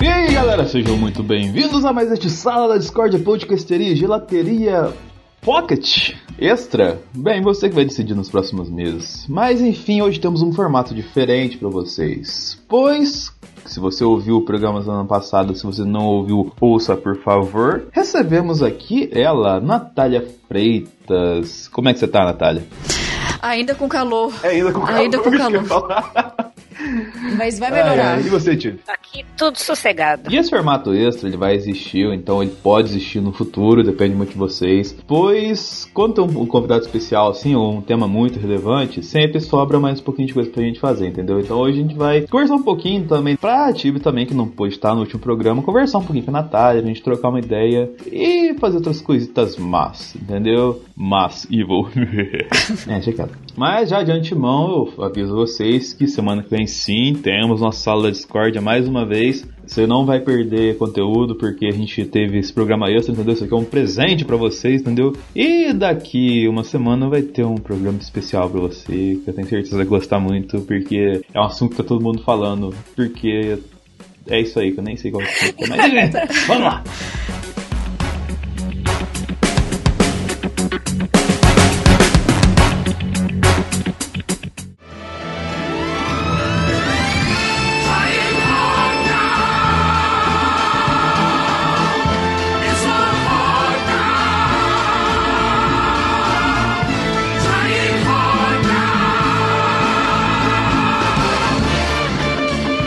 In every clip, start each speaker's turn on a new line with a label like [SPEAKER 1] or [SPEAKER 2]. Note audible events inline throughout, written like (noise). [SPEAKER 1] E aí galera, sejam muito bem-vindos a mais este Sala da Discord, podcasteria, gelateria Pocket Extra. Bem, você que vai decidir nos próximos meses. Mas enfim, hoje temos um formato diferente para vocês. Pois, se você ouviu o programa do ano passado, se você não ouviu, ouça por favor. Recebemos aqui ela, Natália Freitas. Como é que você tá, Natália?
[SPEAKER 2] Ainda com calor.
[SPEAKER 1] É, Ainda com
[SPEAKER 2] Ainda com calor. Mas vai melhorar.
[SPEAKER 1] Ah, é. E você, Tio?
[SPEAKER 3] Tá Aqui tudo sossegado.
[SPEAKER 1] E esse formato extra, ele vai existir, então ele pode existir no futuro, depende muito de vocês. Pois, quando tem um convidado especial, assim, ou um tema muito relevante, sempre sobra mais um pouquinho de coisa pra gente fazer, entendeu? Então hoje a gente vai conversar um pouquinho também pra Tibi também, que não pôde estar no último programa, conversar um pouquinho com a Natália, a gente trocar uma ideia e fazer outras coisitas más, entendeu? Mas, evil. (laughs) é, checado. Mas já de antemão, eu aviso vocês que semana que vem sim, temos nossa sala da Discord mais uma vez. Você não vai perder conteúdo porque a gente teve esse programa extra, entendeu? Isso aqui é um presente pra vocês, entendeu? E daqui uma semana vai ter um programa especial pra você, que eu tenho certeza que vai gostar muito, porque é um assunto que tá todo mundo falando, porque é isso aí, que eu nem sei qual é o assunto, mas enfim, vamos lá.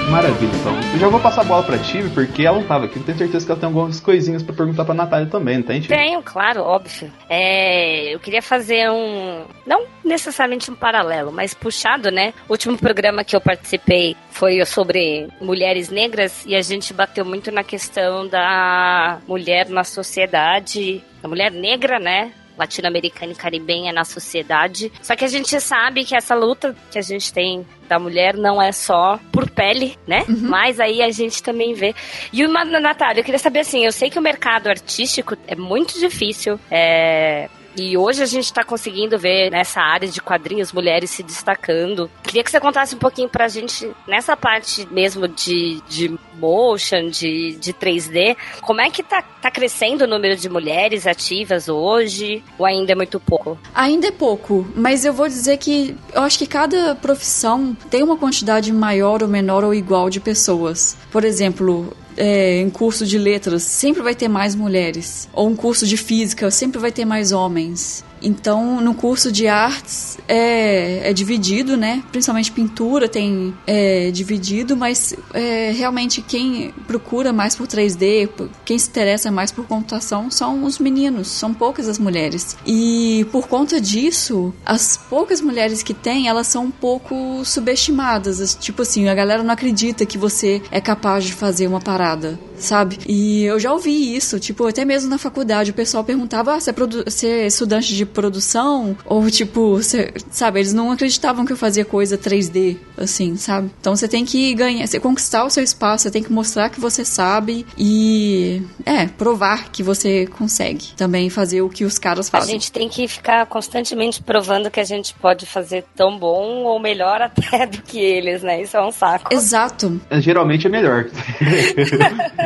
[SPEAKER 1] Maravilha, então. Eu já vou passar a bola pra Tibi, porque ela não tava aqui. Eu tenho certeza que ela tem algumas coisinhas pra perguntar pra Natália também, não tem, Tibi?
[SPEAKER 3] Tenho, claro, óbvio. É, eu queria fazer um. Não necessariamente um paralelo, mas puxado, né? O último programa que eu participei foi sobre mulheres negras e a gente bateu muito na questão da mulher na sociedade, da mulher negra, né? latino-americana e caribenha na sociedade. Só que a gente sabe que essa luta que a gente tem da mulher não é só por pele, né? Mas aí a gente também vê. E uma, Natália, eu queria saber assim, eu sei que o mercado artístico é muito difícil, é, E hoje a gente está conseguindo ver nessa área de quadrinhos mulheres se destacando. Queria que você contasse um pouquinho pra gente, nessa parte mesmo de, de motion, de, de 3D, como é que tá, tá crescendo o número de mulheres ativas hoje? Ou ainda é muito pouco?
[SPEAKER 2] Ainda é pouco, mas eu vou dizer que eu acho que cada profissão tem uma quantidade maior ou menor ou igual de pessoas. Por exemplo, é, em curso de letras sempre vai ter mais mulheres, ou um curso de física sempre vai ter mais homens. Então, no curso de artes é, é dividido, né? Principalmente pintura tem é, dividido, mas é, realmente quem procura mais por 3D, por- quem se interessa mais por computação são os meninos, são poucas as mulheres. E por conta disso, as poucas mulheres que tem, elas são um pouco subestimadas. as- Tipo assim, a galera não acredita que você é capaz de fazer uma parada, sabe? E eu já ouvi isso, tipo, até mesmo na faculdade o pessoal perguntava, ah, você é, produ- você é estudante de produção? Ou tipo, você, sabe, eles não acreditavam que eu fazia coisa 3D, assim, sabe? Então você tem que ganhar, você conquistar o seu espaço, você tem que mostrar que você sabe e, é, provar que você consegue também fazer o que os caras
[SPEAKER 3] A
[SPEAKER 2] fazem.
[SPEAKER 3] gente tem que ficar constantemente provando que a gente pode fazer tão bom ou melhor (laughs) até do que eles, né? Isso é um saco.
[SPEAKER 2] Exato,
[SPEAKER 1] É, Geralmente é melhor.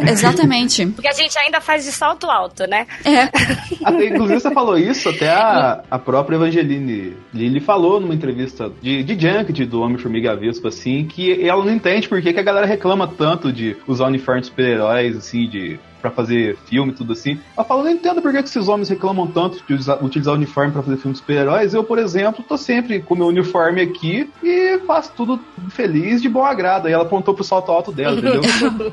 [SPEAKER 2] exatamente.
[SPEAKER 3] Porque a gente ainda faz de salto alto, né?
[SPEAKER 2] É,
[SPEAKER 1] Até, inclusive, você falou isso, até a, a própria Evangeline Lilly falou numa entrevista de, de Junket do Homem-Formiga e a Vespa, assim, que ela não entende por que, que a galera reclama tanto de usar uniforme de super-heróis, assim, de para fazer filme e tudo assim. Ela fala, não entendo por que esses homens reclamam tanto de usar, utilizar o uniforme para fazer filmes super-heróis. Eu, por exemplo, tô sempre com meu uniforme aqui e faço tudo feliz, de bom agrado. Aí ela apontou pro salto alto dela, entendeu?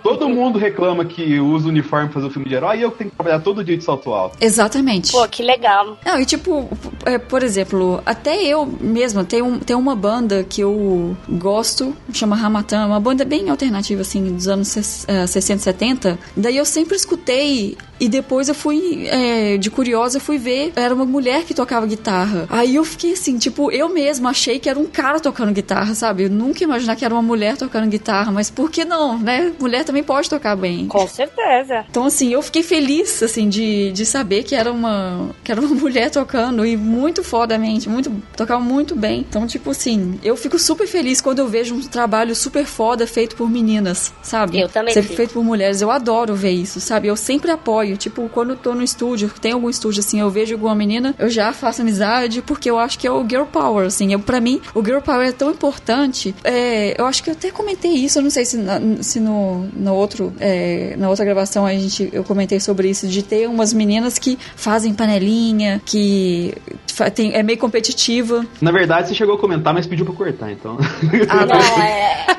[SPEAKER 1] todo mundo reclama que usa o uniforme pra fazer o filme de herói e eu que tenho que trabalhar todo dia de salto alto.
[SPEAKER 2] Exatamente.
[SPEAKER 3] Pô, que legal.
[SPEAKER 2] Não, e tipo, é, por exemplo, até eu mesma, tem, um, tem uma banda que eu gosto, chama Ramatan, uma banda bem alternativa, assim, dos anos ses- eh, 60, 70. Daí eu sempre escutei e depois eu fui, é, de curiosa, fui ver. Era uma mulher que tocava guitarra. Aí eu fiquei assim, tipo, eu mesma achei que era um cara tocando guitarra, sabe? Eu nunca ia imaginar que era uma mulher tocando guitarra, mas por que não, né? Mulher também pode tocar bem.
[SPEAKER 3] Com certeza.
[SPEAKER 2] Então, assim, eu fiquei feliz, assim, de, de saber que era, uma, que era uma (laughs) mulher tocando e muito fodamente, muito, tocava muito bem. Então, tipo assim, eu fico super feliz quando eu vejo um trabalho super foda feito por meninas, sabe?
[SPEAKER 3] Eu também
[SPEAKER 2] Sempre
[SPEAKER 3] fico.
[SPEAKER 2] feito por mulheres. Eu adoro ver isso, sabe? Eu sempre apoio. Tipo, quando eu tô no estúdio, tem algum estúdio, assim, eu vejo alguma menina, eu já faço amizade porque eu acho que é o girl power, assim. Eu, pra mim, o girl power é tão importante. É, eu acho que eu até comentei isso, eu não sei se, na, se no, no outro, é, na outra gravação a gente, eu comentei sobre isso, de ter umas meninas que fazem panelinha, que fa- tem, é meio competitiva.
[SPEAKER 1] Na verdade, você chegou a comentar, mas pediu pra cortar, então. (laughs)
[SPEAKER 2] Ah,
[SPEAKER 3] (laughs) Não, é.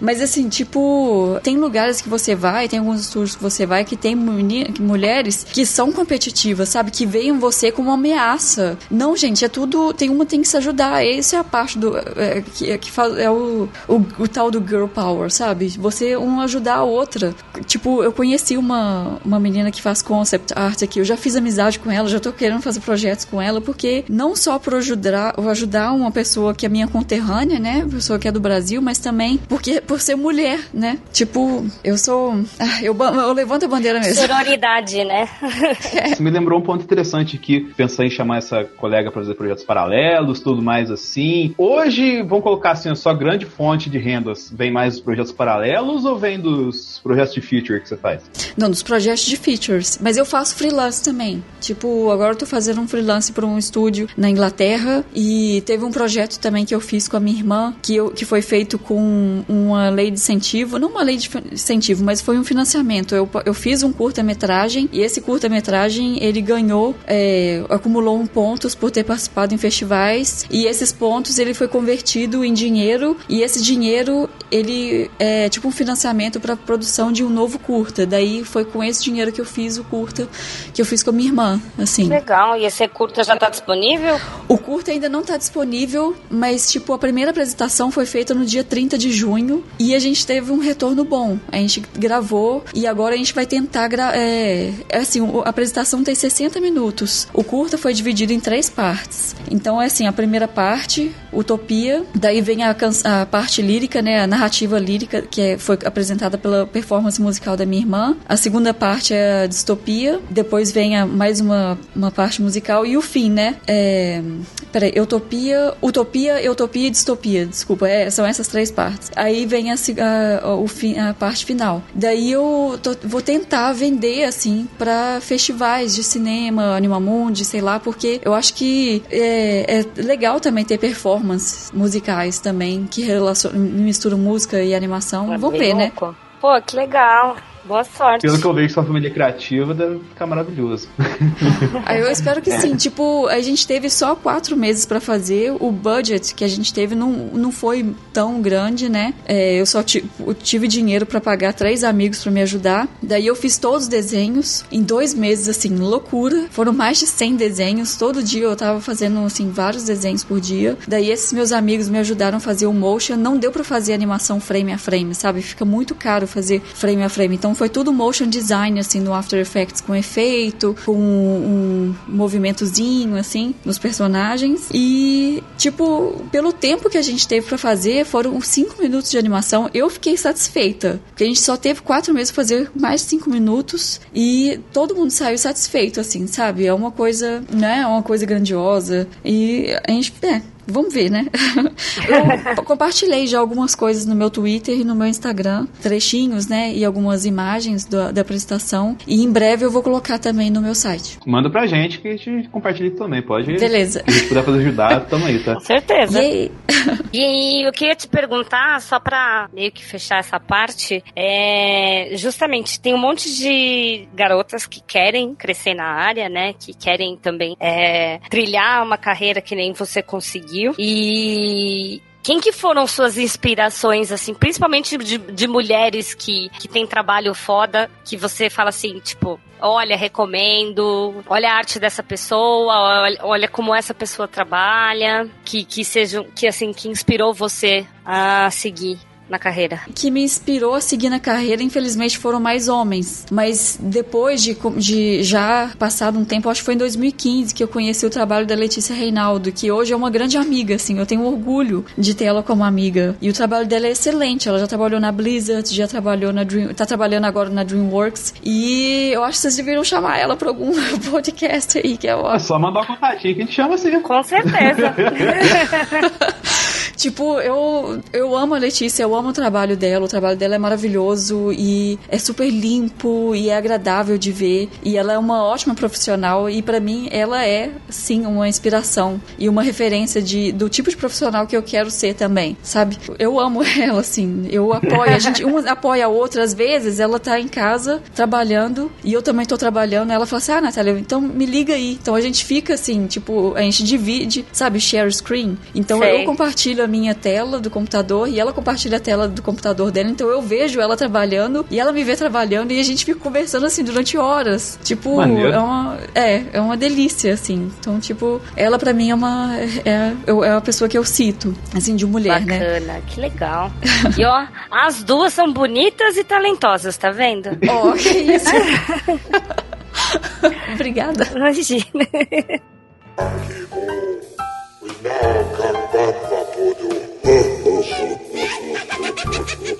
[SPEAKER 2] Mas assim, tipo, tem lugares que você vai, tem alguns estúdios que você vai que tem meni- que mulheres que são competitivas, sabe? Que veem você como uma ameaça. Não, gente, é tudo. Tem uma tem que se ajudar. Essa é a parte do. é, que, é que faz, é o, o, o tal do girl power, sabe? Você um ajudar a outra. Tipo, eu conheci uma, uma menina que faz concept art aqui. Eu já fiz amizade com ela, já tô querendo fazer projetos com ela, porque não só por ajudar, eu ajudar uma pessoa que é minha conterrânea, né? Uma pessoa que é do Brasil, mas também porque por ser mulher, né? Tipo, eu sou. (laughs) ah, eu, ba- eu levanto a bandeira mesmo.
[SPEAKER 3] Sororidade, né?
[SPEAKER 1] Isso me lembrou um ponto interessante aqui. Pensei em chamar essa colega para fazer projetos paralelos, tudo mais assim. Hoje, vamos colocar assim, a sua grande fonte de rendas vem mais dos projetos paralelos ou vem dos projetos de feature que você faz?
[SPEAKER 2] Não, dos projetos de features. Mas eu faço freelance também. Tipo, agora eu tô fazendo um freelance pra um estúdio na Inglaterra. E teve um projeto também que eu fiz com a minha irmã, que, eu, que foi feito com uma lei de incentivo. Não uma lei de fi- incentivo, mas foi um financiamento. Eu, eu fiz um curta-metragem e esse curta-metragem ele ganhou, é, acumulou um pontos por ter participado em festivais. E esses pontos ele foi convertido em dinheiro. E esse dinheiro ele é tipo um financiamento para produção de um novo curta. Daí foi com esse dinheiro que eu fiz o curta que eu fiz com a minha irmã, assim.
[SPEAKER 3] (laughs) Legal. E esse curta já tá disponível?
[SPEAKER 2] O curta ainda não tá disponível, mas tipo a primeira apresentação foi feita no dia 30 de junho e a gente teve um retorno bom. A gente gravou e agora a gente vai tentar gra- é, é assim, o- a apresentação tem 60 minutos. O curta foi dividido em três partes. Então é assim, a primeira parte, Utopia, daí vem a, can- a parte lírica, né, a narrativa lírica que é- foi apresentada pela performance musical da minha irmã. A segunda parte é a distopia, depois vem a, mais uma, uma parte musical e o fim, né? É, peraí, utopia, utopia, utopia e distopia, desculpa, é, são essas três partes. Aí vem a, se- a- o fim, a parte final. Daí eu tô- vou tentar vender, assim, pra festivais de cinema, Animamundi, sei lá, porque eu acho que é, é legal também ter performances musicais também, que relacion- misturam música e
[SPEAKER 3] Tá
[SPEAKER 2] animação. Vamos ver, né?
[SPEAKER 3] Louco. Pô, que legal. Boa sorte.
[SPEAKER 1] Pelo que eu vejo, sua família criativa deve ficar maravilhoso. (laughs)
[SPEAKER 2] Aí eu espero que sim. Tipo, a gente teve só quatro meses pra fazer. O budget que a gente teve não, não foi tão grande, né? É, eu só ti- eu tive dinheiro pra pagar três amigos pra me ajudar. Daí eu fiz todos os desenhos em dois meses, assim, loucura. Foram mais de 100 desenhos. Todo dia eu tava fazendo, assim, vários desenhos por dia. Daí esses meus amigos me ajudaram a fazer o motion. Não deu pra fazer animação frame a frame, sabe? Fica muito caro fazer frame a frame. Então foi tudo motion design, assim, no After Effects, com efeito, com um movimentozinho, assim, nos personagens. E, tipo, pelo tempo que a gente teve pra fazer, foram cinco minutos de animação. Eu fiquei satisfeita. Porque a gente só teve quatro meses pra fazer mais de cinco minutos. E todo mundo saiu satisfeito, assim, sabe? É uma coisa, né? É uma coisa grandiosa. E a gente, é, Vamos ver, né? (laughs) Eu compartilhei já algumas coisas no meu Twitter e no meu Instagram, trechinhos, né? E algumas imagens do, da apresentação. E em breve eu vou colocar também no meu site.
[SPEAKER 1] Manda pra gente que a gente compartilha também, pode?
[SPEAKER 2] Beleza.
[SPEAKER 1] Se a gente puder fazer ajudar, tamo aí, tá?
[SPEAKER 3] Com certeza.
[SPEAKER 2] E
[SPEAKER 3] E eu queria te perguntar, só pra meio que fechar essa parte, é, justamente tem um monte de garotas que querem crescer na área, né? Que querem também é, trilhar uma carreira que nem você conseguiu. E quem que foram suas inspirações, assim, principalmente de, de mulheres que, que têm trabalho foda, que você fala assim, tipo, olha, recomendo, olha a arte dessa pessoa, olha, olha como essa pessoa trabalha, que, que seja, que assim, que inspirou você a seguir na carreira.
[SPEAKER 2] que me inspirou a seguir na carreira, infelizmente, foram mais homens. Mas depois de, co- de já passado um tempo, acho que foi em 2015 que eu conheci o trabalho da Letícia Reinaldo, que hoje é uma grande amiga, assim. Eu tenho orgulho de ter ela como amiga. E o trabalho dela é excelente. Ela já trabalhou na Blizzard, já trabalhou na Dream... Tá trabalhando agora na DreamWorks. E eu acho que vocês deveriam chamar ela pra algum (laughs) podcast aí, que é
[SPEAKER 1] É
[SPEAKER 2] ótimo.
[SPEAKER 1] só mandar o contatinho que a gente chama assim.
[SPEAKER 3] Com (laughs) certeza.
[SPEAKER 2] (laughs) Tipo, eu, eu amo a Letícia, eu amo o trabalho dela, o trabalho dela é maravilhoso e é super limpo e é agradável de ver. E ela é uma ótima profissional e pra mim ela é sim uma inspiração e uma referência de, do tipo de profissional que eu quero ser também, sabe? Eu amo (laughs) ela, assim, eu apoio, a gente uma apoia a outra, às vezes ela tá em casa trabalhando e eu também tô trabalhando, ela fala assim, ah, Natália, então me liga aí. Então a gente fica assim, tipo, a gente divide, sabe, share screen. Então
[SPEAKER 3] Sei.
[SPEAKER 2] eu compartilho a minha tela do computador e ela compartilha a tela do computador dela. Então eu vejo ela trabalhando e ela me vê trabalhando e a gente fica conversando assim durante horas. Tipo,
[SPEAKER 1] Maneiro.
[SPEAKER 2] é uma, é, é uma delícia, assim. Então, tipo, ela pra mim é uma. É, eu- é uma pessoa que eu cito, assim, de mulher, né?
[SPEAKER 3] Bacana, que legal. E ó, as duas são bonitas e talentosas, tá vendo?
[SPEAKER 2] Ó, Oh, que isso! (laughs) Obrigada.
[SPEAKER 3] Imagina.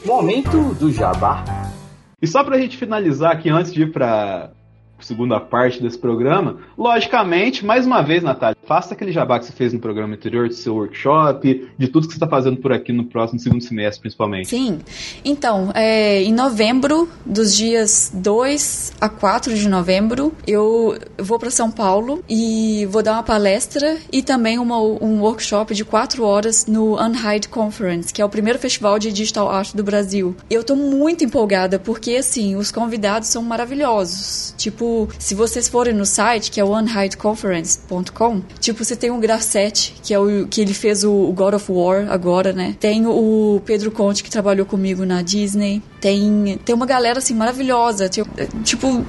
[SPEAKER 4] Momento do Jabá.
[SPEAKER 1] E só pra gente finalizar aqui, antes de ir pra segunda parte desse programa, logicamente, mais uma vez, Natália, faça aquele jabá que você fez no programa anterior, do seu workshop, de tudo que você tá fazendo por aqui no próximo segundo semestre, principalmente.
[SPEAKER 2] Sim. Então, é, em novembro, dos dias 2 a 4 de novembro, eu vou para São Paulo e vou dar uma palestra e também uma- um workshop de 4 horas no Unhide Conference, que é o primeiro festival de digital art do Brasil. Eu tô muito empolgada porque, assim, os convidados são maravilhosos. Tipo, se vocês forem no site, que é o unhideconference.com, tipo, você tem o Grassetti, que é o que ele fez o o God of War agora, né? Tem o Pedro Conte, que trabalhou comigo na Disney. Tem, tem uma galera, assim, maravilhosa. Tipo, eh, tipo,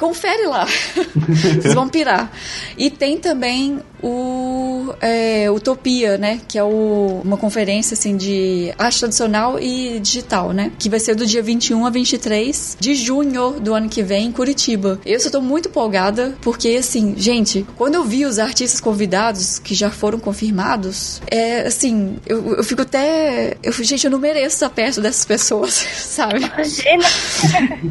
[SPEAKER 2] confere lá. Vocês vão pirar. E tem também o é, Utopia, né? Que é o- uma conferência, assim, de arte tradicional e digital, né? Que vai ser do dia 21 a 23 de junho do ano que vem em Curitiba. Eu só tô muito empolgada, porque, assim, gente, quando eu vi os artistas convidados que já foram confirmados, é, assim, eu, eu fico até... Eu, gente, eu não mereço estar perto dessas pessoas, (laughs) sabe?
[SPEAKER 3] Imagina.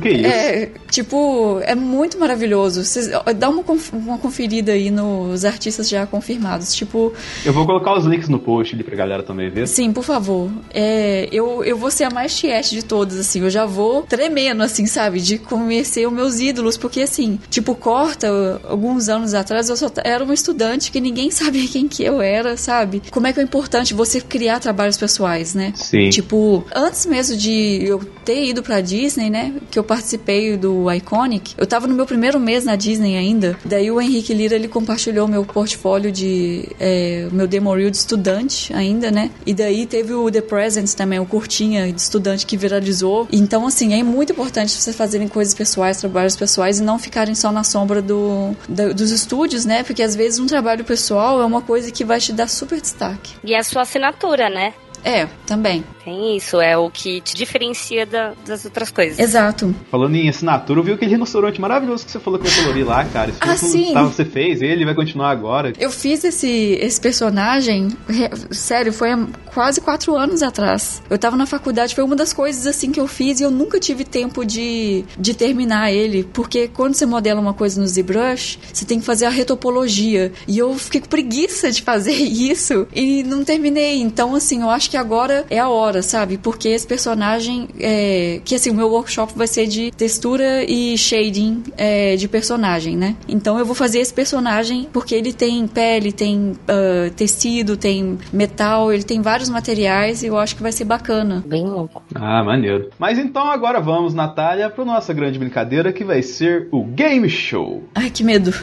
[SPEAKER 1] Que isso?
[SPEAKER 2] É, tipo, é muito maravilhoso. Vocês- ó, dá uma, conf- uma conferida aí nos artistas já confirmados. Tipo,
[SPEAKER 1] Eu vou colocar os links no post ali pra galera também ver.
[SPEAKER 2] sim, por favor. É, eu, eu vou ser a mais tiete de todas, assim. Eu já vou tremendo, assim, sabe? De conhecer os meus ídolos. Porque, assim, tipo, corta, alguns anos atrás eu só t- era uma estudante que ninguém (laughs) sabia quem que eu era, sabe? Como é que é importante você criar trabalhos pessoais, né?
[SPEAKER 1] Sim.
[SPEAKER 2] Tipo, antes mesmo de eu ter ido pra Disney, né? Que eu participei do Iconic, eu tava no meu primeiro mês na Disney ainda. Daí o Henrique Lira ele compartilhou meu portfólio de. é, meu demo reel de estudante ainda, né? E daí teve o The Presents também, o curtinha de estudante que viralizou. Então, assim, é muito importante vocês fazerem coisas pessoais, trabalhos pessoais e não ficarem só na sombra do, da- dos estúdios, né? Porque às vezes um trabalho pessoal é uma coisa que vai te dar super destaque.
[SPEAKER 3] E a sua assinatura, né?
[SPEAKER 2] É, também.
[SPEAKER 3] Tem isso, é o que te diferencia da- das outras coisas.
[SPEAKER 2] Exato.
[SPEAKER 1] Falando em assinatura, eu vi aquele restaurante maravilhoso que você falou que eu colori lá, cara. Esse
[SPEAKER 2] Ah,
[SPEAKER 1] filme
[SPEAKER 2] sim.
[SPEAKER 1] tá, você fez, ele vai continuar agora.
[SPEAKER 2] Eu fiz esse, esse personagem, re- sério, foi há quase quatro anos atrás. Eu tava na faculdade, foi uma das coisas assim que eu fiz e eu nunca tive tempo de, de terminar ele. Porque quando você modela uma coisa no ZBrush, você tem que fazer a retopologia. E eu fiquei com preguiça de fazer (laughs) isso e não terminei. Então, assim, eu acho que agora é a hora, sabe? Porque esse personagem é. Que assim, o meu workshop vai ser de textura e shading é, de personagem, né? Então eu vou fazer esse personagem porque ele tem pele, tem ah, tecido, tem metal, ele tem vários materiais e eu acho que vai ser bacana.
[SPEAKER 3] Bem louco.
[SPEAKER 1] Ah, maneiro. Mas então agora vamos, Natália, pra nossa grande brincadeira que vai ser o Game Show.
[SPEAKER 2] Ai, que medo.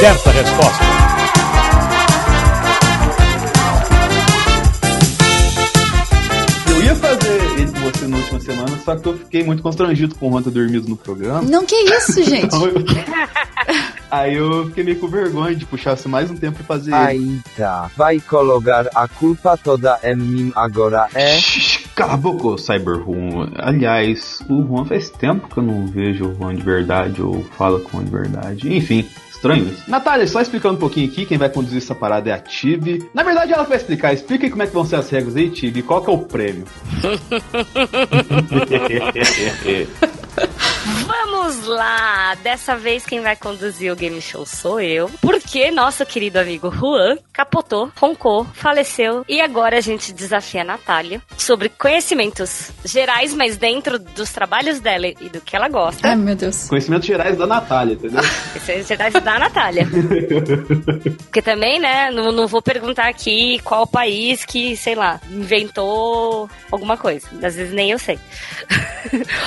[SPEAKER 4] Certa resposta.
[SPEAKER 1] Eu ia fazer ele com você na última semana, só que eu fiquei muito constrangido com o Juan ter dormido no programa. (laughs)
[SPEAKER 2] Não, que isso, gente?
[SPEAKER 1] Então eu- Aí eu fiquei meio com vergonha de puxar assim, mais um tempo pra fazer ele.
[SPEAKER 5] Aí tá, vai colocar a culpa toda em mim agora, e, é?
[SPEAKER 1] Shhh, Cala a boca, ô Cyberroom. Aliás, o Juan faz tempo que eu não vejo o Juan de verdade ou fala com o Juan de verdade. Enfim, estranho isso. Natália, só explicando um pouquinho aqui, quem vai conduzir essa parada é a Tive. Na verdade, ela vai explicar. Explica aí como é que vão ser as regras aí, Tive. e Qual que é o prêmio?
[SPEAKER 3] Vamos lá! Dessa vez quem vai conduzir o game show sou eu, porque nosso querido amigo Juan capotou, roncou, faleceu e agora a gente desafia a Natália sobre conhecimentos gerais, mas dentro dos trabalhos dela e do que ela gosta.
[SPEAKER 2] Ai, meu Deus.
[SPEAKER 1] Conhecimentos gerais da Natália, (laughs) entendeu?
[SPEAKER 3] Isso é gerais da Natália. Porque também, né, não, não vou perguntar aqui qual país que, sei lá, inventou alguma coisa. Às vezes nem eu sei.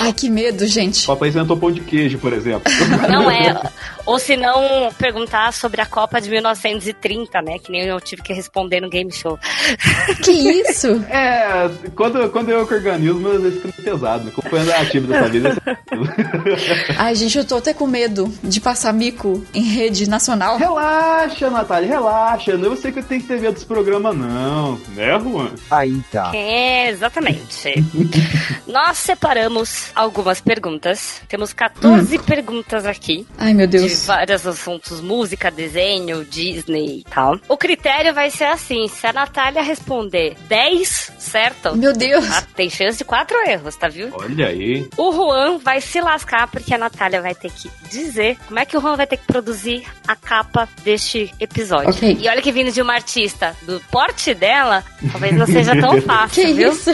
[SPEAKER 2] Ai, que medo, gente.
[SPEAKER 1] Qual país inventou pão de queijo, por (laughs) exemplo?
[SPEAKER 3] Não é. Ou se não, perguntar sobre a Copa de 1930, né? Que nem eu tive que responder no game show.
[SPEAKER 2] Que isso?
[SPEAKER 1] É, quando, quando eu que organizo, meus vezes fica pesado. Acompanhando a Tive dessa (laughs) vez,
[SPEAKER 2] Ai, gente, eu tô até com medo de passar mico em rede nacional.
[SPEAKER 1] Relaxa, Natália, relaxa. Não é você que tem que ter medo desse programa, não. Né, Juan?
[SPEAKER 5] Aí
[SPEAKER 2] Ah.
[SPEAKER 5] tá.
[SPEAKER 3] É, exatamente. (laughs) Nós separamos algumas perguntas. Temos 14 perguntas aqui.
[SPEAKER 2] Ai, Hum. meu
[SPEAKER 3] De
[SPEAKER 2] Deus.
[SPEAKER 3] vários assuntos, música, desenho, Disney e tal. O critério vai ser assim: se a Natália responder 10, certo?
[SPEAKER 2] Meu Deus.
[SPEAKER 3] Ah, tem chance de 4 erros, tá viu?
[SPEAKER 1] Olha aí.
[SPEAKER 3] O Juan vai se lascar porque a Natália vai ter que dizer como é que o Juan vai ter que produzir a capa deste episódio.
[SPEAKER 2] Ok.
[SPEAKER 3] E olha que vindo de uma artista do porte dela, talvez não seja
[SPEAKER 2] (laughs)
[SPEAKER 3] tão fácil,
[SPEAKER 2] Que
[SPEAKER 3] viu?
[SPEAKER 2] isso?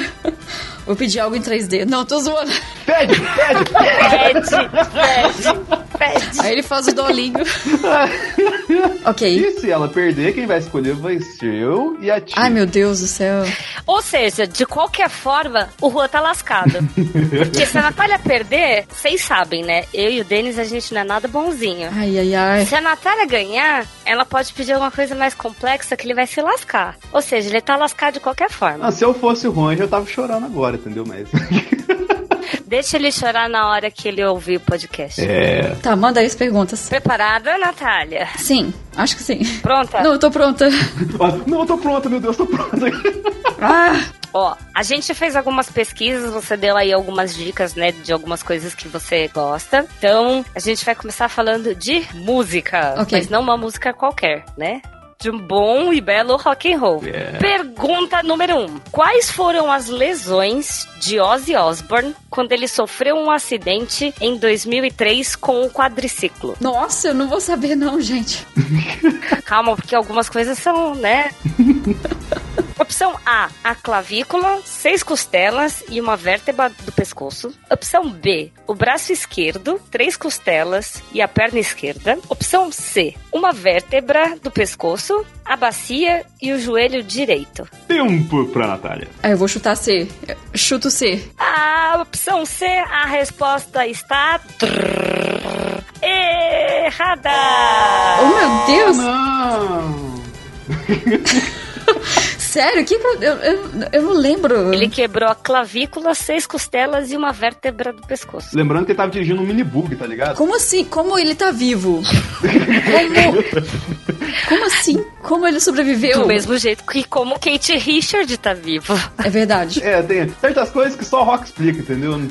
[SPEAKER 2] Vou pedir algo em 3D. Não, tô zoando.
[SPEAKER 1] (laughs) Pede, pede.
[SPEAKER 3] Pede,
[SPEAKER 2] (laughs)
[SPEAKER 3] pede, pede.
[SPEAKER 2] Aí ele faz o dolinho. ok.
[SPEAKER 1] E se ela perder, quem vai escolher vai ser eu e a Tive.
[SPEAKER 2] Ai, meu Deus do céu.
[SPEAKER 3] Ou seja, de qualquer forma, o Juan tá lascado. Porque se a Natália perder, vocês sabem, né? Eu e o Denis, a gente não é nada bonzinho.
[SPEAKER 2] Ai, ai, ai.
[SPEAKER 3] Se a Natália ganhar, ela pode pedir alguma coisa mais complexa que ele vai se lascar. Ou seja, ele tá lascado de qualquer forma.
[SPEAKER 1] Ah, se eu fosse o Juan, eu já tava chorando agora, entendeu? Mas. (laughs)
[SPEAKER 3] Deixa ele chorar na hora que ele ouvir o podcast.
[SPEAKER 1] É.
[SPEAKER 2] Tá, manda aí as perguntas.
[SPEAKER 3] Preparada, Natália?
[SPEAKER 2] Sim, acho que sim.
[SPEAKER 3] Pronta?
[SPEAKER 2] Não, eu tô pronta. (laughs)
[SPEAKER 1] Não, eu tô pronta, meu Deus, tô pronta.
[SPEAKER 2] Ah,
[SPEAKER 3] Ó, a gente fez algumas pesquisas, você deu aí algumas dicas, né, de algumas coisas que você gosta. Então, a gente vai começar falando de música,
[SPEAKER 2] Ok.
[SPEAKER 3] mas não uma música qualquer, né? De um bom e belo rock and roll. Pergunta número um. Quais foram as lesões de Ozzy Osbourne quando ele sofreu um acidente em 2003 com o quadriciclo?
[SPEAKER 2] nossa, eu não vou saber não, gente.
[SPEAKER 3] Calma, porque algumas coisas são, né? Opção A, a clavícula, seis costelas e uma vértebra do pescoço. Opção B, o braço esquerdo, três costelas e a perna esquerda. Opção C, uma vértebra do pescoço, a bacia e o joelho direito.
[SPEAKER 1] Tempo pra Natália.
[SPEAKER 2] Ah, eu vou chutar C. Chuto C.
[SPEAKER 3] A opção C, a resposta está. Errada!
[SPEAKER 2] Ah. Oh, meu Deus.
[SPEAKER 1] Não!
[SPEAKER 2] Sério? Que pro- eu, eu, eu não lembro.
[SPEAKER 3] Ele quebrou a clavícula, seis costelas e uma vértebra do pescoço.
[SPEAKER 1] Lembrando que ele tava dirigindo um minibug, tá ligado?
[SPEAKER 2] Como assim? Como ele tá vivo? Como, como assim? Como ele sobreviveu?
[SPEAKER 3] Do mesmo jeito que como Kate Richard tá vivo.
[SPEAKER 2] É verdade.
[SPEAKER 1] É, tem certas coisas que só o rock explica, entendeu? (laughs)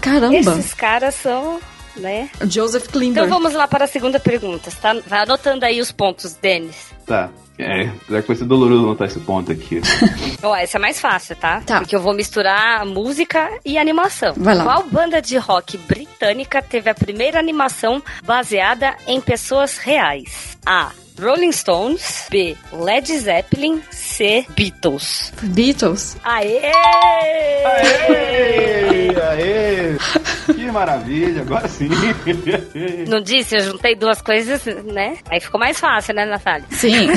[SPEAKER 2] Caramba.
[SPEAKER 3] Esses caras são, né?
[SPEAKER 2] Joseph Klimber.
[SPEAKER 3] Então vamos lá para a segunda pergunta, tá? Vai anotando aí os pontos, Denis.
[SPEAKER 1] tá. É, vai ser doloroso notar esse ponto aqui.
[SPEAKER 3] Ó, essa é mais fácil, tá?
[SPEAKER 2] Tá.
[SPEAKER 3] Porque eu vou misturar música e animação.
[SPEAKER 2] Vai lá.
[SPEAKER 3] Qual banda de rock britânica teve a primeira animação baseada em pessoas reais? A. Rolling Stones. B. Led Zeppelin. C. Beatles.
[SPEAKER 2] Beatles.
[SPEAKER 3] Aê!
[SPEAKER 1] Aê! Aê! Que maravilha, agora sim.
[SPEAKER 3] Não disse? Eu juntei duas coisas, né? Aí ficou mais fácil, né, Natália?
[SPEAKER 2] (laughs) Sim.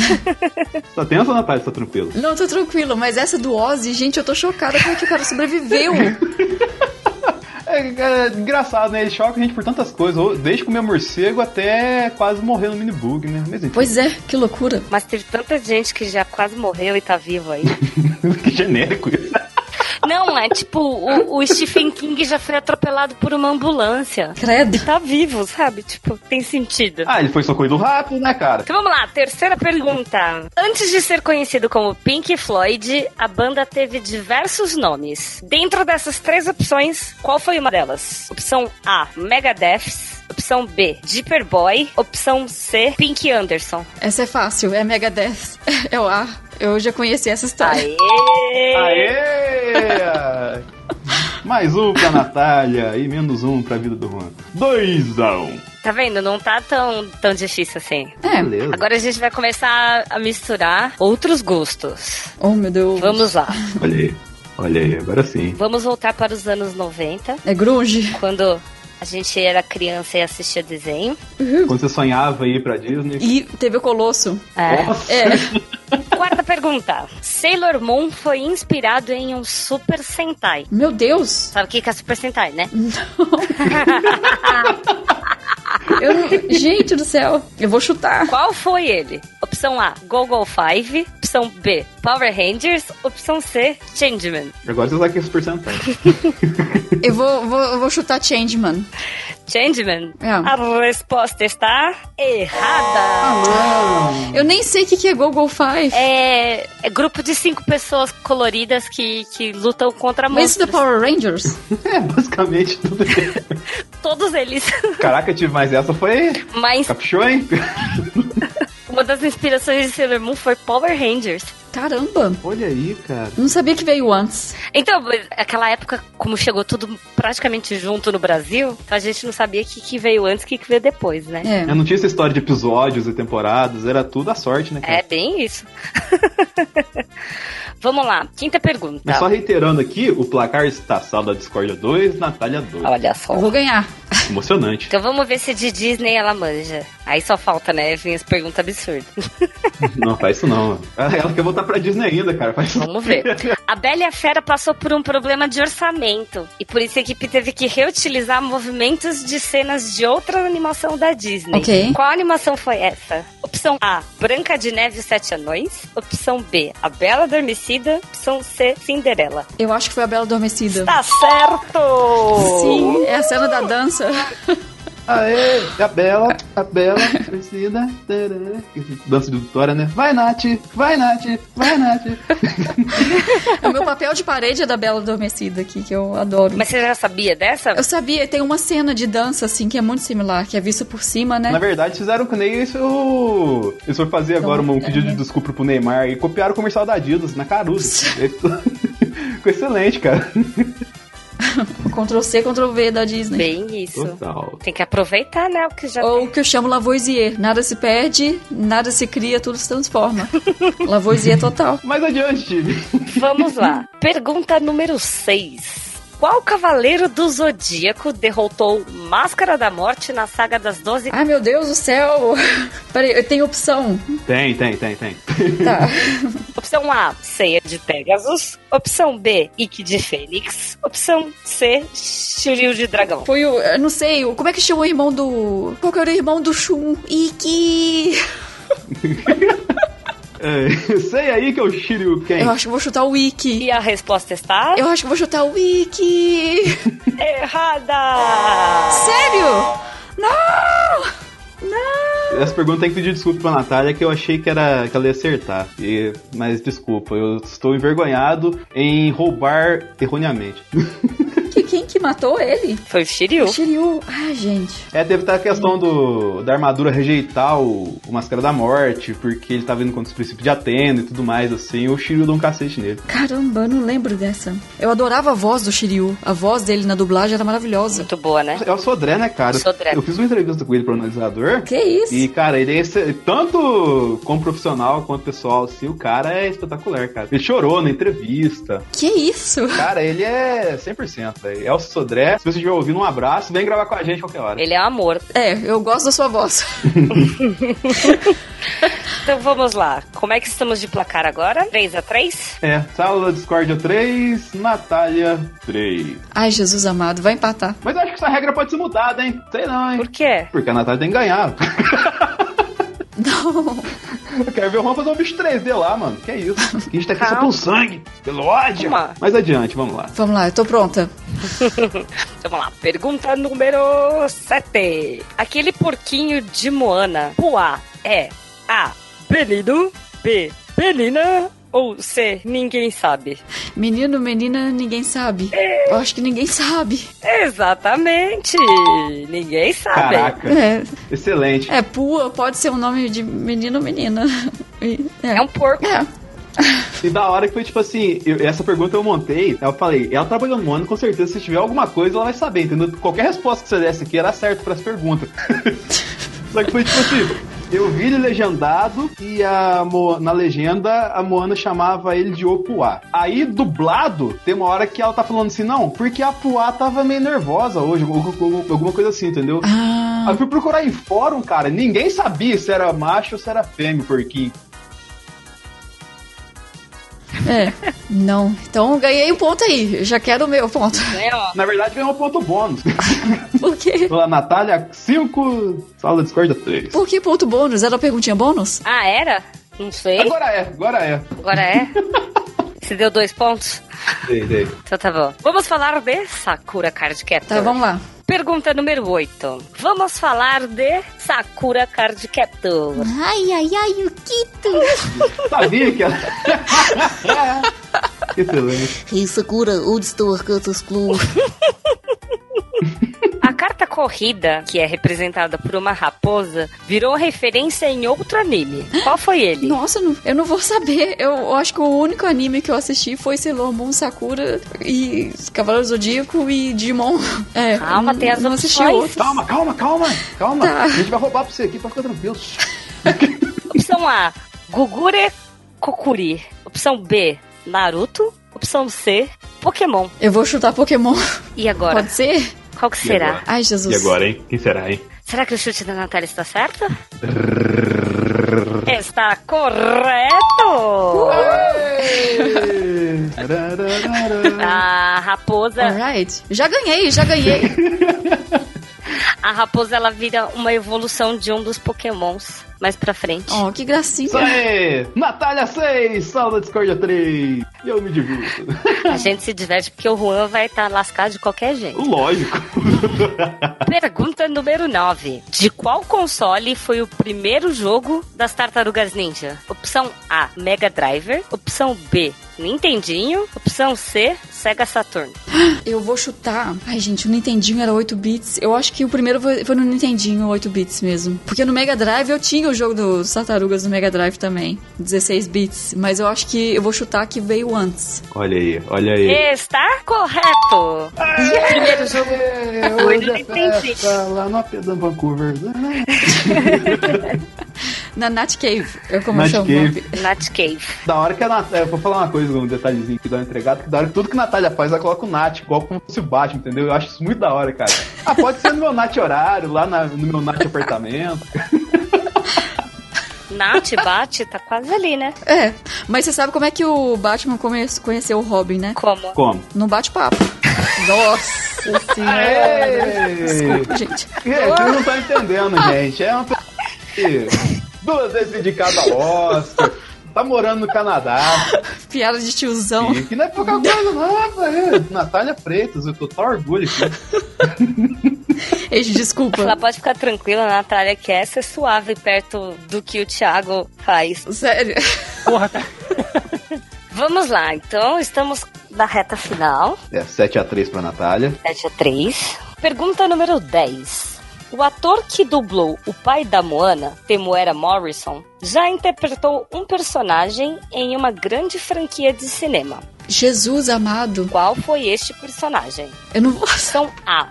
[SPEAKER 1] Só tem essa Natália, só Tá tranquilo.
[SPEAKER 2] Não, tô tranquilo, mas essa do Ozzy, gente, eu tô chocada como é que o cara sobreviveu.
[SPEAKER 1] É, é, engraçado, né? Ele choca a gente por tantas coisas, ou- desde comer morcego até quase morrer no minibug, né? Mas enfim.
[SPEAKER 2] Pois é, que loucura.
[SPEAKER 3] Mas teve tanta gente que já quase morreu e tá vivo aí.
[SPEAKER 1] (laughs)
[SPEAKER 2] é.
[SPEAKER 1] que genérico isso.
[SPEAKER 3] Não, é tipo, o, o Stephen King já foi atropelado por uma ambulância.
[SPEAKER 2] Credo.
[SPEAKER 3] Tá vivo, sabe? Tipo, tem sentido.
[SPEAKER 1] Ah, ele foi socorrido rápido, né, cara?
[SPEAKER 3] Então vamos lá, terceira pergunta. Antes de ser conhecido como Pink Floyd, a banda teve diversos nomes. Dentro dessas três opções, qual foi uma delas? Opção A, Megadeth. Opção B, Deeper Boy. Opção C, Pink Anderson.
[SPEAKER 2] Essa é fácil, é Megadeth. É o A. Eu já conheci essa história. (laughs)
[SPEAKER 3] Aê!
[SPEAKER 1] Aê! Mais um pra Natália e menos um pra vida do Juan. Dois a um.
[SPEAKER 3] Tá vendo? Não tá tão, tão difícil assim.
[SPEAKER 2] É.
[SPEAKER 1] Beleza.
[SPEAKER 3] Agora a gente vai começar a misturar outros gostos.
[SPEAKER 2] Oh, meu Deus.
[SPEAKER 3] Vamos lá.
[SPEAKER 1] Olha aí. Olha aí, agora sim.
[SPEAKER 3] Vamos voltar para os anos 90,
[SPEAKER 2] É grunge?
[SPEAKER 3] quando a gente era criança e assistia desenho.
[SPEAKER 1] Quando você sonhava ir pra Disney.
[SPEAKER 2] E teve o Colosso.
[SPEAKER 3] É.
[SPEAKER 1] Nossa!
[SPEAKER 2] (laughs) É.
[SPEAKER 3] Quarta pergunta. Sailor Moon foi inspirado em um Super Sentai.
[SPEAKER 2] Meu Deus.
[SPEAKER 3] Sabe o que que é Super Sentai, né?
[SPEAKER 2] Eu não... Gente do céu. Eu vou chutar.
[SPEAKER 3] (laughs) Qual foi ele? Opção A, Google 5. Opção B, Power Rangers. Opção C, Changeman.
[SPEAKER 1] Agora você sabe que é super Sentai.
[SPEAKER 3] (laughs)
[SPEAKER 2] Eu vou, vou, eu vou chutar Changeman.
[SPEAKER 3] Changeman?
[SPEAKER 2] É.
[SPEAKER 3] A resposta está errada. Ah.
[SPEAKER 2] Eu nem sei o que, que é Google Five.
[SPEAKER 3] É, é grupo de cinco pessoas coloridas que, que lutam contra
[SPEAKER 2] Mas isso da
[SPEAKER 3] monstros.
[SPEAKER 2] Power Rangers?
[SPEAKER 1] É, basicamente tudo isso.
[SPEAKER 3] Todos eles. (laughs)
[SPEAKER 1] Caraca, eu tive mais essa, foi...
[SPEAKER 3] Mas
[SPEAKER 1] Caprichou, hein?
[SPEAKER 3] uma das inspirações de Sailor Moon foi Power Rangers.
[SPEAKER 2] Caramba.
[SPEAKER 1] Olha aí, cara.
[SPEAKER 2] Não sabia que veio antes.
[SPEAKER 3] Então, mas aquela época, como chegou tudo praticamente junto no Brasil, então a gente não sabia o que, que veio antes e o que, que veio depois, né?
[SPEAKER 2] É.
[SPEAKER 1] Eu não tinha essa história de episódios e temporadas, era tudo a sorte, né, cara?
[SPEAKER 3] É bem isso. (laughs) Vamos lá, quinta pergunta.
[SPEAKER 1] Mas só reiterando aqui, o placar está saldo da Discordia 2, Natália 2.
[SPEAKER 3] Olha só.
[SPEAKER 2] Eu vou ganhar.
[SPEAKER 1] Emocionante.
[SPEAKER 3] Então vamos ver se de Disney ela manja. Aí só falta, né? Vem as perguntas absurdas.
[SPEAKER 1] Não, faz isso não. mano. Ela quer voltar pra Disney ainda, cara. Faz isso.
[SPEAKER 3] Vamos ver. A Bela e a Fera passou por um problema de orçamento. E por isso a equipe teve que reutilizar movimentos de cenas de outra animação da Disney.
[SPEAKER 2] Ok.
[SPEAKER 3] Qual animação foi essa? Opção A, Branca de Neve e os Sete Anões. Opção B, A Bela Adormecida. Opção C, Cinderela.
[SPEAKER 2] Eu acho que foi a Bela Adormecida.
[SPEAKER 3] Tá certo!
[SPEAKER 2] Sim, é a cena da dança.
[SPEAKER 1] Aê, a Bela, a Bela, precisa. tarará. Dança de vitória, né? Vai, Nath! Vai, Nath! Vai, Nath!
[SPEAKER 2] O meu papel de parede é da Bela Adormecida aqui, que eu adoro.
[SPEAKER 3] Mas você já sabia dessa?
[SPEAKER 2] Eu sabia, tem uma cena de dança, assim, que é muito similar, que é vista por cima, né?
[SPEAKER 1] Na verdade, fizeram com o Ney isso. Eles foram fazer agora um
[SPEAKER 2] é.
[SPEAKER 1] pedido de desculpa pro Neymar e copiaram o comercial da Adidas na Caruso. (laughs) Ficou excelente, cara.
[SPEAKER 2] Ctrl C, Ctrl V da Disney.
[SPEAKER 3] Bem isso.
[SPEAKER 1] Total.
[SPEAKER 3] Tem que aproveitar, né? O que já
[SPEAKER 2] Ou o que eu chamo Lavoisier. Nada se perde, nada se cria, tudo se transforma.
[SPEAKER 3] (laughs)
[SPEAKER 2] Lavoisier total.
[SPEAKER 1] Mais adiante, time.
[SPEAKER 3] Vamos lá. Pergunta número 6. Qual cavaleiro do Zodíaco derrotou Máscara da Morte na saga das 12?
[SPEAKER 2] Ai, meu Deus do céu! (laughs) Peraí, eu tenho opção.
[SPEAKER 1] Tem, tem, tem, tem.
[SPEAKER 2] Tá.
[SPEAKER 3] Opção A, Ceia de Pegasus. Opção B, Ikki de Fênix. Opção C, Shiryu de Dragão.
[SPEAKER 2] Foi o. Eu não sei, o- como é que chama o irmão do. Qual que era o irmão do Shun? Iki!
[SPEAKER 1] É, (laughs) sei aí que é o Shiryuken.
[SPEAKER 2] Eu acho que vou chutar o Wiki.
[SPEAKER 3] E a resposta está
[SPEAKER 2] Eu acho que vou chutar o Wiki.
[SPEAKER 3] errada!
[SPEAKER 2] Sério? Não! Não!
[SPEAKER 1] Essa pergunta tem que pedir desculpa pra Natália, que eu achei que, era, que ela ia acertar. E- mas desculpa, eu estou envergonhado em roubar erroneamente. (laughs)
[SPEAKER 2] Que, quem que matou ele?
[SPEAKER 3] Foi o Shiryu.
[SPEAKER 2] O Shiryu. Ah, gente.
[SPEAKER 1] É, teve até a questão do, da armadura rejeitar o, o Máscara da Morte, porque ele tava indo contra os princípios de Atena e tudo mais, assim. O Shiryu deu um cacete nele.
[SPEAKER 2] Caramba, eu não lembro dessa. Eu adorava a voz do Shiryu. A voz dele na dublagem era maravilhosa.
[SPEAKER 3] Muito boa, né?
[SPEAKER 1] É o Sodré, né, cara?
[SPEAKER 3] Sodré.
[SPEAKER 1] Eu fiz uma entrevista com ele pro analisador.
[SPEAKER 2] Que isso?
[SPEAKER 1] E, cara, ele é esse- tanto como profissional quanto pessoal, assim, o cara é espetacular, cara. Ele chorou na entrevista.
[SPEAKER 2] Que isso?
[SPEAKER 1] Cara, ele é 100%, velho. É o Sodré. Se você estiver ouvindo, um abraço. Vem gravar com a gente qualquer hora.
[SPEAKER 3] Ele é um amor.
[SPEAKER 2] É, eu gosto da sua voz.
[SPEAKER 3] Então vamos lá. Como é que estamos de placar agora? 3 a 3
[SPEAKER 1] É, sala da Discordia 3, Natália 3.
[SPEAKER 2] Ai, Jesus amado, vai empatar. (laughs)
[SPEAKER 1] Mas eu acho que essa regra pode ser mudada, hein? Sei não, hein?
[SPEAKER 3] Por quê?
[SPEAKER 1] Porque a Natália tem que ganhar. (laughs)
[SPEAKER 2] Não.
[SPEAKER 1] Eu quero ver o Juan fazer um bicho 3D lá, mano. Que isso? A gente tá aqui só
[SPEAKER 3] Calma.
[SPEAKER 1] pelo sangue, pelo ódio.
[SPEAKER 3] Calma.
[SPEAKER 1] Mas adiante, vamos lá.
[SPEAKER 2] Vamos lá, eu tô pronta.
[SPEAKER 3] Então vamos lá, pergunta número 7. Aquele porquinho de Moana, Puá, é A. Benido, B. Benina ou C. Ninguém sabe?
[SPEAKER 2] Menino, menina, ninguém sabe. Eu acho que ninguém sabe.
[SPEAKER 3] Exatamente! Ninguém sabe. (laughs)
[SPEAKER 1] Caraca,
[SPEAKER 2] É,
[SPEAKER 1] excelente.
[SPEAKER 2] é pua, pode ser um nome de menino ou menina. (laughs)
[SPEAKER 3] É um porco.
[SPEAKER 2] É,
[SPEAKER 1] E da hora que foi tipo assim, eu- essa pergunta eu montei, eu falei, ela tá trabalhando no ano, com certeza se tiver alguma coisa ela vai saber, entendeu? Qualquer resposta que você desse aqui era certo pras perguntas. (laughs) Só que foi tipo assim. Eu vi ele legendado e a Mo- na legenda a Moana chamava ele de Opuá. Aí, dublado, tem uma hora que ela tá falando assim, não, porque a Puá tava meio nervosa hoje, ou- ou- ou- alguma coisa assim, entendeu?
[SPEAKER 2] Ah,
[SPEAKER 1] Aí eu fui procurar em fórum, cara, ninguém sabia se era macho ou se era fêmea, o porquinho.
[SPEAKER 2] é. Não. Então eu ganhei um ponto aí. Já quero o meu ponto.
[SPEAKER 3] Né, ó?
[SPEAKER 1] Na verdade, ganhou um ponto bônus.
[SPEAKER 2] (laughs) Por quê?
[SPEAKER 1] Pela Natália 5, sala da Discord 3.
[SPEAKER 2] Por que ponto bônus? Era a perguntinha bônus?
[SPEAKER 3] Ah, era? Não sei.
[SPEAKER 1] Agora é, agora é.
[SPEAKER 2] (laughs)
[SPEAKER 3] Agora é? Você deu dois pontos?
[SPEAKER 1] Dei, dei.
[SPEAKER 3] Então tá bom. Vamos falar de Sakura Card Captor.
[SPEAKER 2] Tá, vamos lá.
[SPEAKER 3] Pergunta número 8. Vamos falar de Sakura Card Captor.
[SPEAKER 2] Ai, ai, ai, o Kito.
[SPEAKER 1] Sabia que ela. (laughs) Excelente.
[SPEAKER 4] Ei, Sakura, onde estão as cartas Clue?
[SPEAKER 3] A carta corrida, que é representada por uma raposa, virou referência em outro anime. Qual foi ele?
[SPEAKER 2] Nossa, eu não- eu não vou saber. Eu, eu acho que o único anime que eu assisti foi Sailor Moon, Sakura e Cavaleiro Zodíaco e Digimon. (laughs) É,
[SPEAKER 3] Calma,
[SPEAKER 2] eu
[SPEAKER 3] tem as
[SPEAKER 2] não assisti
[SPEAKER 3] opções.
[SPEAKER 2] outro.
[SPEAKER 1] Calma, calma, calma. Calma.
[SPEAKER 2] Tá.
[SPEAKER 1] A gente vai roubar pra você aqui, pode ficar tranquilo.
[SPEAKER 3] Opção A, Gugure Kokuri. Opção B, Naruto. Opção C, Pokémon.
[SPEAKER 2] Eu vou chutar Pokémon.
[SPEAKER 3] E agora?
[SPEAKER 2] Pode ser?
[SPEAKER 3] Qual que será?
[SPEAKER 1] agora?
[SPEAKER 2] Ai, Jesus.
[SPEAKER 1] hein? Quem será, hein?
[SPEAKER 3] Será que o chute da Natália está certo? está correto! A raposa
[SPEAKER 2] Alright. Já ganhei, já ganhei.
[SPEAKER 3] A raposa ela vira uma evolução de um dos pokémons mais pra frente.
[SPEAKER 2] Ó, que gracinha.
[SPEAKER 1] Isso aí! Natália 6, sala da Discordia 3. E eu me divirto.
[SPEAKER 3] A gente se diverte porque o Juan vai estar lascado de qualquer jeito.
[SPEAKER 1] Lógico.
[SPEAKER 3] Pergunta número 9. De qual console foi o primeiro jogo das Tartarugas Ninja? Opção A, Mega Driver. Opção B, Nintendinho. Opção C, Sega Saturn.
[SPEAKER 2] Eu vou chutar. Ai, gente, o Nintendinho era 8 bits. Eu acho que o primeiro foi foi no Nintendinho 8 bits mesmo. Porque no Mega Drive eu tinha o jogo dos tartarugas no Mega Drive também. 16 bits. Mas eu acho que eu vou chutar que veio antes.
[SPEAKER 1] Olha aí, olha aí.
[SPEAKER 3] Está correto! O primeiro jogo
[SPEAKER 1] Hoje é
[SPEAKER 3] Hoje tem
[SPEAKER 1] festa lá no AP da Vancouver.
[SPEAKER 2] Na Nat Cave. Eu como
[SPEAKER 1] Nat
[SPEAKER 2] eu chamo.
[SPEAKER 1] Cave.
[SPEAKER 3] Nat Cave.
[SPEAKER 1] Da hora que a Natália. Eu vou falar uma coisa, um detalhezinho que dá uma entregada, que da hora que tudo que a Natália faz, ela coloca o Nat, igual como se bate, entendeu? Eu acho isso muito da hora, cara. Ah, pode ser no meu Nat horário, lá na- no meu Nat apartamento.
[SPEAKER 3] Nat bate, tá quase ali, né?
[SPEAKER 2] É. Mas você sabe como é que o Batman come- conheceu o Robin, né?
[SPEAKER 3] Como?
[SPEAKER 1] Como?
[SPEAKER 2] No
[SPEAKER 1] (laughs)
[SPEAKER 2] bate-papo. Nossa senhora.
[SPEAKER 1] Aê!
[SPEAKER 2] Desculpa, gente.
[SPEAKER 1] É, vocês não estão entendendo, gente. É uma pessoa que duas vezes indicada ao Oscar, tá morando no Canadá,
[SPEAKER 2] Piada de tiozão.
[SPEAKER 1] que, que não é pouca coisa, não, velho. Natália Freitas, eu tô tão orgulho aqui.
[SPEAKER 2] Eiji,
[SPEAKER 3] Ela
[SPEAKER 2] desculpa.
[SPEAKER 1] (laughs)
[SPEAKER 3] pode ficar tranquila, a Natália, que essa é suave perto do que o Thiago faz.
[SPEAKER 2] Sério.
[SPEAKER 6] Porra, cara.
[SPEAKER 3] Vamos lá, então, estamos na reta final.
[SPEAKER 1] É, 7x3 pra Natália.
[SPEAKER 3] 7 a 3. Pergunta número 10. O ator que dublou o pai da Moana, Temuera Morrison, já interpretou um personagem em uma grande franquia de cinema.
[SPEAKER 2] Jesus amado.
[SPEAKER 3] Qual foi este personagem?
[SPEAKER 2] Eu não vou.
[SPEAKER 3] Opção A,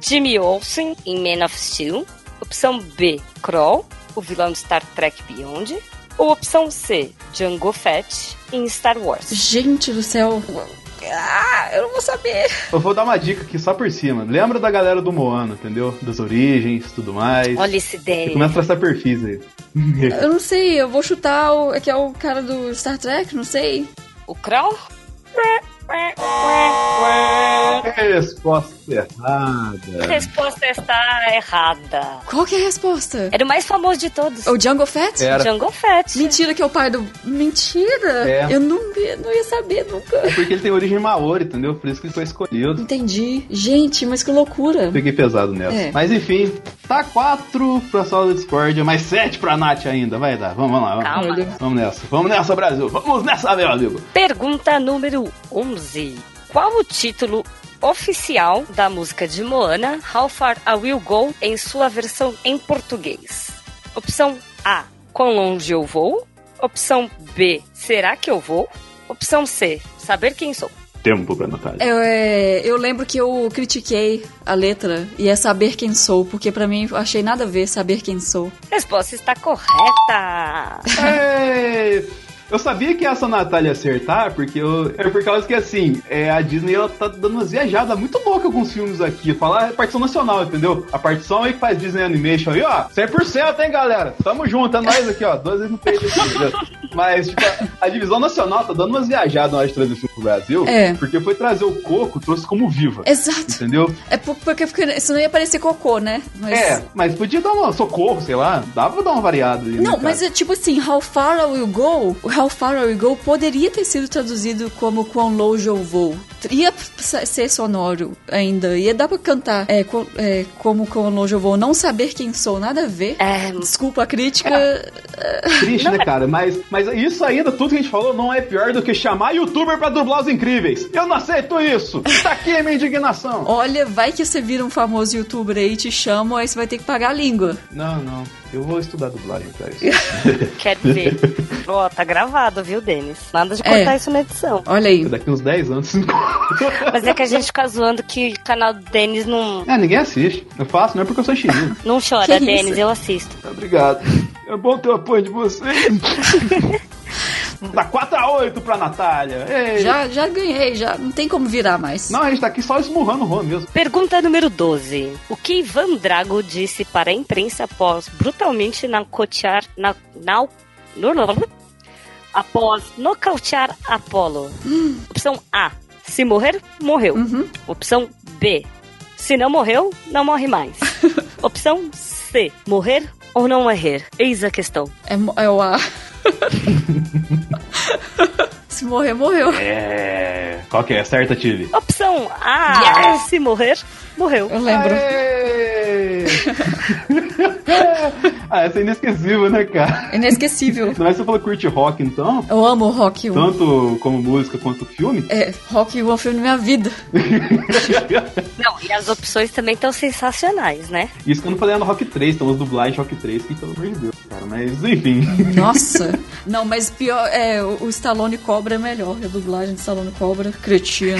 [SPEAKER 3] Jimmy Olsen em Man of Steel. Opção B, Kroll, o vilão de Star Trek Beyond. Ou opção C, Django Fett em Star Wars.
[SPEAKER 2] Gente do céu. Ah, eu não vou saber.
[SPEAKER 1] Eu vou dar uma dica aqui só por cima. Lembra da galera do Moana, entendeu? Das origens e tudo mais.
[SPEAKER 3] Olha esse
[SPEAKER 1] Você
[SPEAKER 3] ideia.
[SPEAKER 1] começa a traçar perfis aí.
[SPEAKER 2] Eu não sei, eu vou chutar o. É que é o cara do Star Trek, não sei.
[SPEAKER 3] O Kroll?
[SPEAKER 1] Resposta errada.
[SPEAKER 3] A resposta está errada.
[SPEAKER 2] Qual que é a resposta?
[SPEAKER 3] Era o mais famoso de todos.
[SPEAKER 2] É o Django Fett?
[SPEAKER 1] Era.
[SPEAKER 3] Django Fett.
[SPEAKER 2] Mentira que é o pai do. Mentira!
[SPEAKER 1] É.
[SPEAKER 2] Eu não, vi- não ia saber nunca.
[SPEAKER 1] É porque ele tem origem maori, entendeu? Por isso que ele foi escolhido.
[SPEAKER 2] Entendi. Gente, mas que loucura.
[SPEAKER 1] Peguei pesado nessa.
[SPEAKER 2] É.
[SPEAKER 1] Mas enfim, tá 4 pra sala da discórdia, mais 7 pra Nath ainda. Vai dar, vamos, vamos lá. Vamos.
[SPEAKER 3] Calma.
[SPEAKER 1] Vamos nessa, vamos nessa, Brasil. Vamos nessa, meu amigo.
[SPEAKER 3] Pergunta número 11. Qual o título oficial da música de Moana, How Far I Will Go, em sua versão em português? Opção A. Quão longe eu vou? Opção B. Será que eu vou? Opção C. Saber quem sou.
[SPEAKER 1] Tempo pra Natália.
[SPEAKER 2] Eu, é, eu lembro que eu critiquei a letra e é saber quem sou, porque pra mim eu achei nada a ver saber quem sou.
[SPEAKER 3] Resposta está correta.
[SPEAKER 1] Ei, É, Eu sabia que essa Natália ia acertar, porque eu. É por causa que assim, é, a Disney ela tá dando umas viajadas muito loucas com os filmes aqui. Falar é partição nacional, entendeu? A partição aí que faz Disney Animation aí, ó. 100%, hein, galera? Tamo junto, é nós aqui, ó. Duas vezes no peito aqui, entendeu? Mas, tipo, a divisão nacional tá dando umas viajadas na hora de trazer filme pro Brasil.
[SPEAKER 2] É.
[SPEAKER 1] Porque foi trazer o coco, trouxe como viva.
[SPEAKER 2] Exato.
[SPEAKER 1] Entendeu?
[SPEAKER 2] É por- porque, porque isso não ia parecer cocô, né? Mas-
[SPEAKER 1] É, mas podia dar um socorro, sei lá. Dava pra dar uma variada. aí, né,
[SPEAKER 2] Não,
[SPEAKER 1] cara?
[SPEAKER 2] mas é tipo assim, How Far I Will Go, o How Far I Will Go poderia ter sido traduzido como Quão Longe Eu Vou. Ia sa- ser sonoro ainda, ia dar pra cantar é, co- é, como Quão Longe Eu Vou, não saber quem sou, nada a ver.
[SPEAKER 3] É,
[SPEAKER 2] Desculpa a crítica,
[SPEAKER 1] Triste, né, cara? Mas, mas isso ainda, tudo que a gente falou, não é pior do que chamar youtuber pra dublar os incríveis. Eu não aceito isso! Tá aqui a minha indignação!
[SPEAKER 2] olha, vai que você vira um famoso youtuber aí, te chamam, aí você vai ter que pagar a língua.
[SPEAKER 1] Não, não. Eu vou estudar dublagem pra (laughs) isso.
[SPEAKER 3] quero ver. Ó, tá gravado, viu, Denis? Nada de cortar
[SPEAKER 2] É.
[SPEAKER 3] isso na edição.
[SPEAKER 2] Olha aí.
[SPEAKER 1] Daqui uns 10 anos.
[SPEAKER 3] Mas é que a gente fica zoando que o canal do Denis não,
[SPEAKER 1] é, ninguém assiste. Eu faço, não é porque eu sou chinês.
[SPEAKER 3] não chora,
[SPEAKER 2] Que
[SPEAKER 3] Denis,
[SPEAKER 2] isso?
[SPEAKER 3] eu assisto.
[SPEAKER 1] (laughs) Obrigado. É bom ter o apoio de (laughs) vocês. tá 4x8 pra Natália. Ei.
[SPEAKER 2] Já, já ganhei, já não tem como virar mais.
[SPEAKER 1] Não, a gente tá aqui só esmurrando o Juan mesmo.
[SPEAKER 3] Pergunta número 12. O que Ivan Drago disse para a imprensa após brutalmente nocautear. Na, nau- nu- nu- nu- após nocautear Apolo? Opção A. Se morrer, morreu.
[SPEAKER 2] Hum. Uhum.
[SPEAKER 3] Opção B. Se não morreu, não morre
[SPEAKER 2] (laughs)
[SPEAKER 3] mais. Opção C. Morrer ou não morrer? Eis a questão.
[SPEAKER 2] É, mo- é o A. (laughs) Se morrer, morreu.
[SPEAKER 1] É. Qual que é? Certa, Tive.
[SPEAKER 3] Opção A. Se morrer, morreu.
[SPEAKER 2] Eu lembro.
[SPEAKER 1] Aê! (laughs) ah, essa é inesquecível, né, cara?
[SPEAKER 2] Inesquecível.
[SPEAKER 1] Não é você falou que curte rock, então?
[SPEAKER 2] Eu amo Rock 1.
[SPEAKER 1] Tanto como música quanto filme? (laughs)
[SPEAKER 2] É, Rock 1 é um filme da minha vida.
[SPEAKER 3] Não, e as opções também estão sensacionais, né? (laughs)
[SPEAKER 1] Isso que eu não falei é no Rock 3, tem umas dublagens de Rock 3 que, pelo amor de Deus, cara. Mas, enfim. (laughs)
[SPEAKER 2] Nossa. Não, mas pior, é, o o Stallone Cobra é melhor. A dublagem de Stallone Cobra, cretino.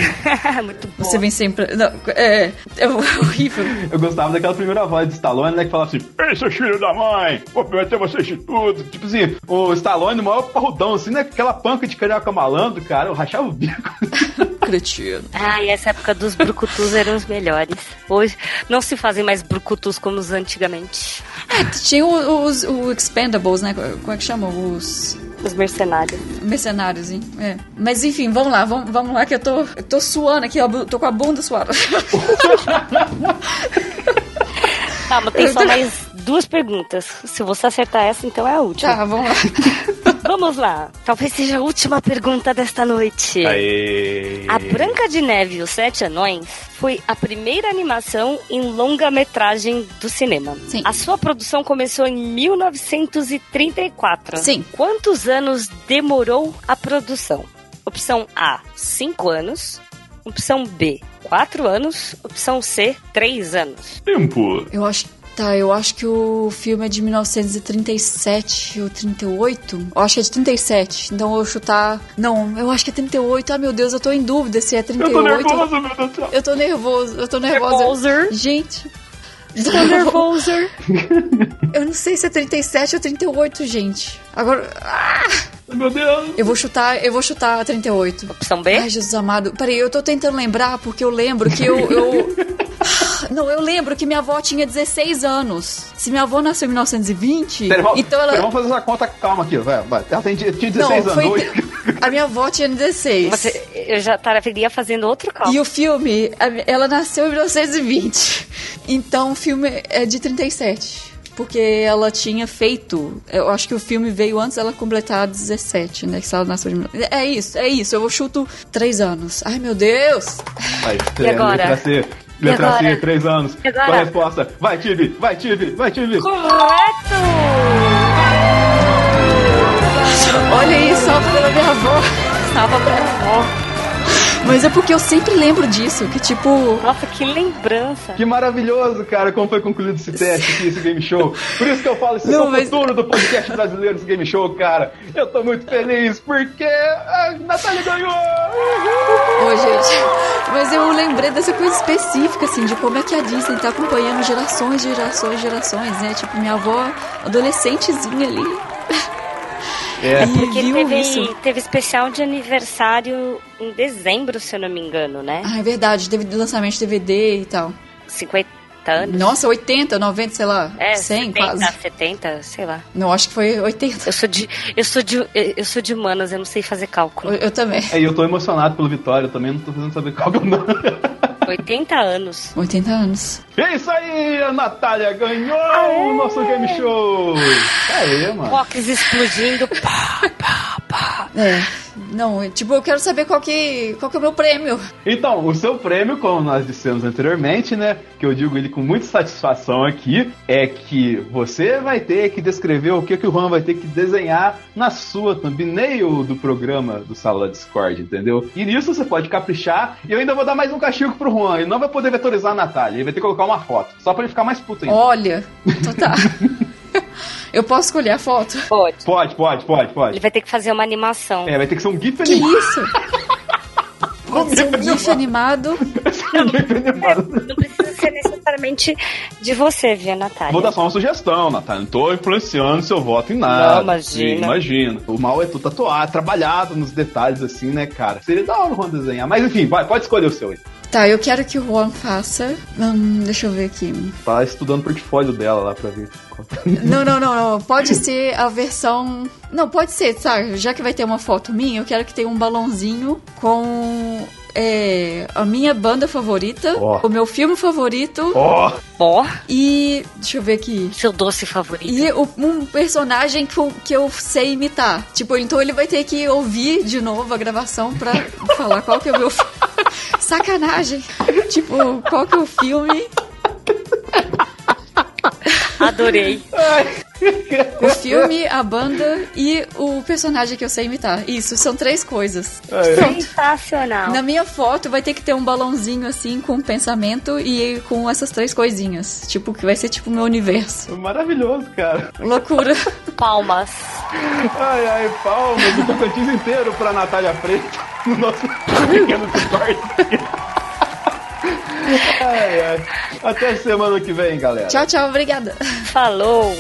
[SPEAKER 3] Muito bom.
[SPEAKER 2] Você vem sempre... Não, é, é horrível.
[SPEAKER 1] Eu gostava daquela primeira voz de Stallone, né? Que falava assim: Ei, seu filho da mãe, vou prometer vocês de tudo. Tipo assim, o Stallone, o maior parrudão, assim, né? Aquela panca de carioca malandro, cara. Eu rachava o bico. (laughs)
[SPEAKER 2] Cretino.
[SPEAKER 3] Ah, e essa época dos brucutus eram os melhores. Hoje não se fazem mais brucutus como os antigamente.
[SPEAKER 2] É, tinha o- os o Expendables, né? Como é que chama? Os...
[SPEAKER 3] Os mercenários.
[SPEAKER 2] Mercenários, hein? É. Mas enfim, vamos lá, vamos, vamos lá que eu tô, eu tô suando aqui, ó, bu- tô com a bunda suada.
[SPEAKER 3] Calma, tem só mais duas perguntas. Se você acertar essa, então é a última.
[SPEAKER 2] tá, vamos lá.
[SPEAKER 3] Vamos lá. Talvez seja a última pergunta desta noite.
[SPEAKER 1] Aê.
[SPEAKER 3] A Branca de Neve e os Sete Anões foi a primeira animação em longa-metragem do cinema.
[SPEAKER 2] Sim.
[SPEAKER 3] A sua produção começou em 1934.
[SPEAKER 2] Sim.
[SPEAKER 3] Quantos anos demorou a produção? Opção A, 5 anos. Opção B, 4 anos. Opção C, 3 anos.
[SPEAKER 7] Tempo.
[SPEAKER 2] Eu acho. Tá, eu acho que o filme é de 1937 ou 38. Eu acho que é de 37. Então eu vou chutar. Não, eu acho que é 38. Ah, meu Deus, eu tô em dúvida se é 38.
[SPEAKER 7] meu Deus do céu.
[SPEAKER 2] Eu tô nervoso, eu tô nervosa. Gente.
[SPEAKER 3] Nervoser.
[SPEAKER 2] (laughs) Eu não sei se é 37 ou 38, gente. Agora. ah!
[SPEAKER 7] Meu Deus.
[SPEAKER 2] Eu vou chutar, eu vou chutar a 38.
[SPEAKER 3] Opção
[SPEAKER 1] É?
[SPEAKER 3] B?
[SPEAKER 2] Ai, Jesus amado. Peraí, eu tô tentando lembrar porque eu lembro que eu.
[SPEAKER 1] (laughs)
[SPEAKER 2] eu- Não, eu lembro que minha avó tinha 16 anos. Se minha avó nasceu em 1920,
[SPEAKER 1] Pera, vamos,
[SPEAKER 2] então
[SPEAKER 1] pera,
[SPEAKER 2] ela.
[SPEAKER 1] vamos fazer essa conta com calma aqui, vai, vai. Ela tem, tinha 16
[SPEAKER 2] Não,
[SPEAKER 1] anos.
[SPEAKER 2] foi.
[SPEAKER 1] hoje. (laughs)
[SPEAKER 2] (laughs) A minha avó tinha 16.
[SPEAKER 3] Você, eu já estaria fazendo outro cálculo.
[SPEAKER 2] E o filme, a- ela nasceu em 1920. Então o filme é de 37. Porque ela tinha feito. Eu acho que o filme veio antes dela completar 17, né? Que se ela nasceu de. 19. É isso, é isso. Eu chuto 3 anos. Ai, meu Deus!
[SPEAKER 1] Vai,
[SPEAKER 3] E agora?
[SPEAKER 1] Letra C. Letra C,
[SPEAKER 3] agora?
[SPEAKER 1] 3 anos.
[SPEAKER 3] E agora?
[SPEAKER 1] Qual a resposta? Vai, Tibi, vai, Tibi, vai, Tibi.
[SPEAKER 3] Correto!
[SPEAKER 2] Olha aí, salva pela minha avó.
[SPEAKER 3] Salva pra avó.
[SPEAKER 2] Mas é porque eu sempre lembro disso, que tipo.
[SPEAKER 3] Nossa, que lembrança.
[SPEAKER 1] Que maravilhoso, cara, como foi concluído esse teste aqui, esse game show. Por isso que eu falo, isso é
[SPEAKER 2] Não,
[SPEAKER 1] o
[SPEAKER 2] mas-
[SPEAKER 1] futuro do podcast brasileiro, esse game show, cara. Eu tô muito feliz, porque a Natália ganhou! Uhul!
[SPEAKER 2] Ô, gente. Mas eu lembrei dessa coisa específica, assim, de como é que a Disney tá acompanhando gerações, gerações, gerações, né? Tipo, minha avó, adolescentezinha ali.
[SPEAKER 1] É.
[SPEAKER 2] E
[SPEAKER 3] Porque
[SPEAKER 2] viu
[SPEAKER 3] teve,
[SPEAKER 2] isso.
[SPEAKER 3] teve especial de aniversário em dezembro, se eu não me engano, né?
[SPEAKER 2] Ah, é verdade, DVD, lançamento de DVD e tal.
[SPEAKER 3] 50 anos.
[SPEAKER 2] Nossa, 80, 90, sei lá,
[SPEAKER 3] É,
[SPEAKER 2] 100
[SPEAKER 3] 70,
[SPEAKER 2] quase.
[SPEAKER 3] 70, sei lá.
[SPEAKER 2] Não, acho que foi 80.
[SPEAKER 3] Eu sou de eu sou de eu sou de humanas, eu não sei fazer
[SPEAKER 2] Eu,
[SPEAKER 3] cálculo.
[SPEAKER 2] eu também.
[SPEAKER 1] É, E eu tô emocionado pelo Vitória também, não tô fazendo saber qual que é eu não.
[SPEAKER 3] 80 anos.
[SPEAKER 2] 80 anos.
[SPEAKER 1] (laughs) É isso aí, a Natália ganhou o nosso game show! Aê, mano.
[SPEAKER 3] Coques explodindo.
[SPEAKER 2] É. Não, tipo, eu quero saber qual que, qual que é o meu prêmio.
[SPEAKER 1] Então, o seu prêmio, como nós dissemos anteriormente, né? Que eu digo ele com muita satisfação aqui, é que você vai ter que descrever o que, que o Juan vai ter que desenhar na sua thumbnail do programa do Sala da Discord, entendeu? E nisso você pode caprichar, e eu ainda vou dar mais um castigo pro Juan. Ele não vai poder vetorizar a Natália, ele vai ter que colocar uma foto, só pra ele ficar mais puto ainda.
[SPEAKER 2] Olha, então (laughs) tá. eu posso escolher a foto?
[SPEAKER 3] Pode.
[SPEAKER 1] Pode, pode, pode,
[SPEAKER 3] Ele
[SPEAKER 1] pode.
[SPEAKER 3] vai ter que fazer uma animação.
[SPEAKER 1] É, vai ter que ser um GIF
[SPEAKER 2] Que
[SPEAKER 1] animado. (laughs)
[SPEAKER 2] isso? (laughs) Pode ser um gif animado.
[SPEAKER 1] Um GIF animado.
[SPEAKER 3] Não precisa ser necessariamente de você, viu, Natália?
[SPEAKER 1] Vou dar só uma sugestão, Natália. Não tô influenciando seu voto em nada.
[SPEAKER 3] Não, imagina.
[SPEAKER 1] Sim, imagina. O mal é tu tatuar, trabalhado nos detalhes assim, né, cara? Seria da hora o Juan desenhar. Mas enfim, vai, pode escolher o seu aí.
[SPEAKER 2] Tá, eu quero que o Juan faça. Hum, deixa eu ver aqui.
[SPEAKER 1] Tá estudando o portfólio dela lá pra ver. qual-
[SPEAKER 2] Não, não, não, não. Pode ser a versão. Não, pode ser, sabe? Já que vai ter uma foto minha, eu quero que tenha um balãozinho com é, a minha banda favorita,
[SPEAKER 1] Ó.
[SPEAKER 2] o meu filme favorito
[SPEAKER 1] Ó,
[SPEAKER 3] (laughs) Ó,
[SPEAKER 2] e. Deixa eu ver aqui.
[SPEAKER 3] seu doce favorito.
[SPEAKER 2] E o- um personagem que eu, que eu sei imitar. Tipo, então ele vai ter que ouvir de novo a gravação pra falar qual que é o meu. fi- (laughs) Sacanagem! Tipo, qual que é o filme?
[SPEAKER 3] Adorei.
[SPEAKER 2] O filme, a banda e o personagem que eu sei imitar. Isso, são três coisas.
[SPEAKER 3] Sensacional.
[SPEAKER 2] Na minha foto vai ter que ter um balãozinho assim com pensamento e com essas três coisinhas. Tipo, que vai ser tipo o meu universo.
[SPEAKER 1] maravilhoso, cara.
[SPEAKER 2] Loucura. (laughs)
[SPEAKER 3] Palmas.
[SPEAKER 1] Ai, ai, palmas, o Tocantins inteiro pra Natália Freitas (laughs) no nosso pequeno Discord. (laughs) Ai, ai. Até semana que vem, galera.
[SPEAKER 2] Tchau, tchau, obrigada.
[SPEAKER 3] Falou.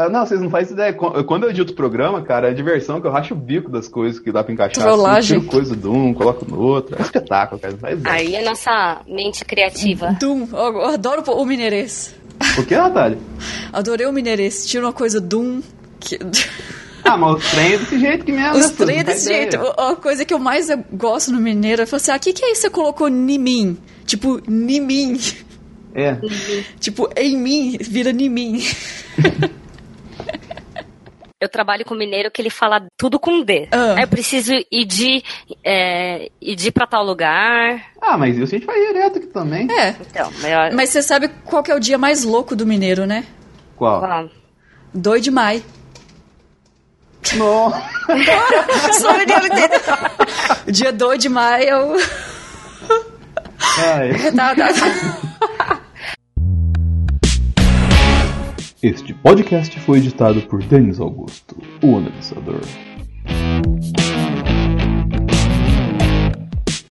[SPEAKER 1] Ah, Não, vocês não fazem ideia. Qu- Quando eu edito o programa, cara, é diversão que eu racho o bico das coisas que dá pra encaixar.
[SPEAKER 2] Trollagem.
[SPEAKER 1] tiro coisa de um, coloco no outro. É um espetáculo, cara. Não faz ideia.
[SPEAKER 3] Aí a nossa mente criativa.
[SPEAKER 2] Dum, eu adoro o mineirês.
[SPEAKER 1] O que, Natália?
[SPEAKER 2] (laughs) Adorei o Mineirês. Tinha uma coisa Doom. Que...
[SPEAKER 1] Ah, mas os trem é desse jeito que mesmo.
[SPEAKER 2] Os
[SPEAKER 1] né, filho?
[SPEAKER 2] três
[SPEAKER 1] Não faz
[SPEAKER 2] desse jeito.
[SPEAKER 1] ideia.
[SPEAKER 2] A coisa que eu mais gosto no mineiro é falar assim, ah, o que, que é isso que você colocou em mim? Tipo, em mim.
[SPEAKER 1] É.
[SPEAKER 2] (laughs) Tipo, em mim, vira em (laughs) mim.
[SPEAKER 3] Eu trabalho com mineiro que ele fala tudo com D.
[SPEAKER 2] Ah.
[SPEAKER 3] Aí eu preciso ir de, é, ir de pra tal lugar.
[SPEAKER 1] Ah, mas isso a gente faz direto aqui também.
[SPEAKER 2] É.
[SPEAKER 3] Então, melhor.
[SPEAKER 2] Mas você sabe qual que é o dia mais louco do mineiro, né?
[SPEAKER 1] Qual?
[SPEAKER 3] Fala.
[SPEAKER 2] Doido de maio.
[SPEAKER 1] Não.
[SPEAKER 2] Só o mineiro entendeu. O dia 2 de maio é o...
[SPEAKER 1] (laughs) Ai.
[SPEAKER 2] (laughs) Tá, tá, tá.
[SPEAKER 7] Este podcast foi editado por Denis Augusto, o analisador.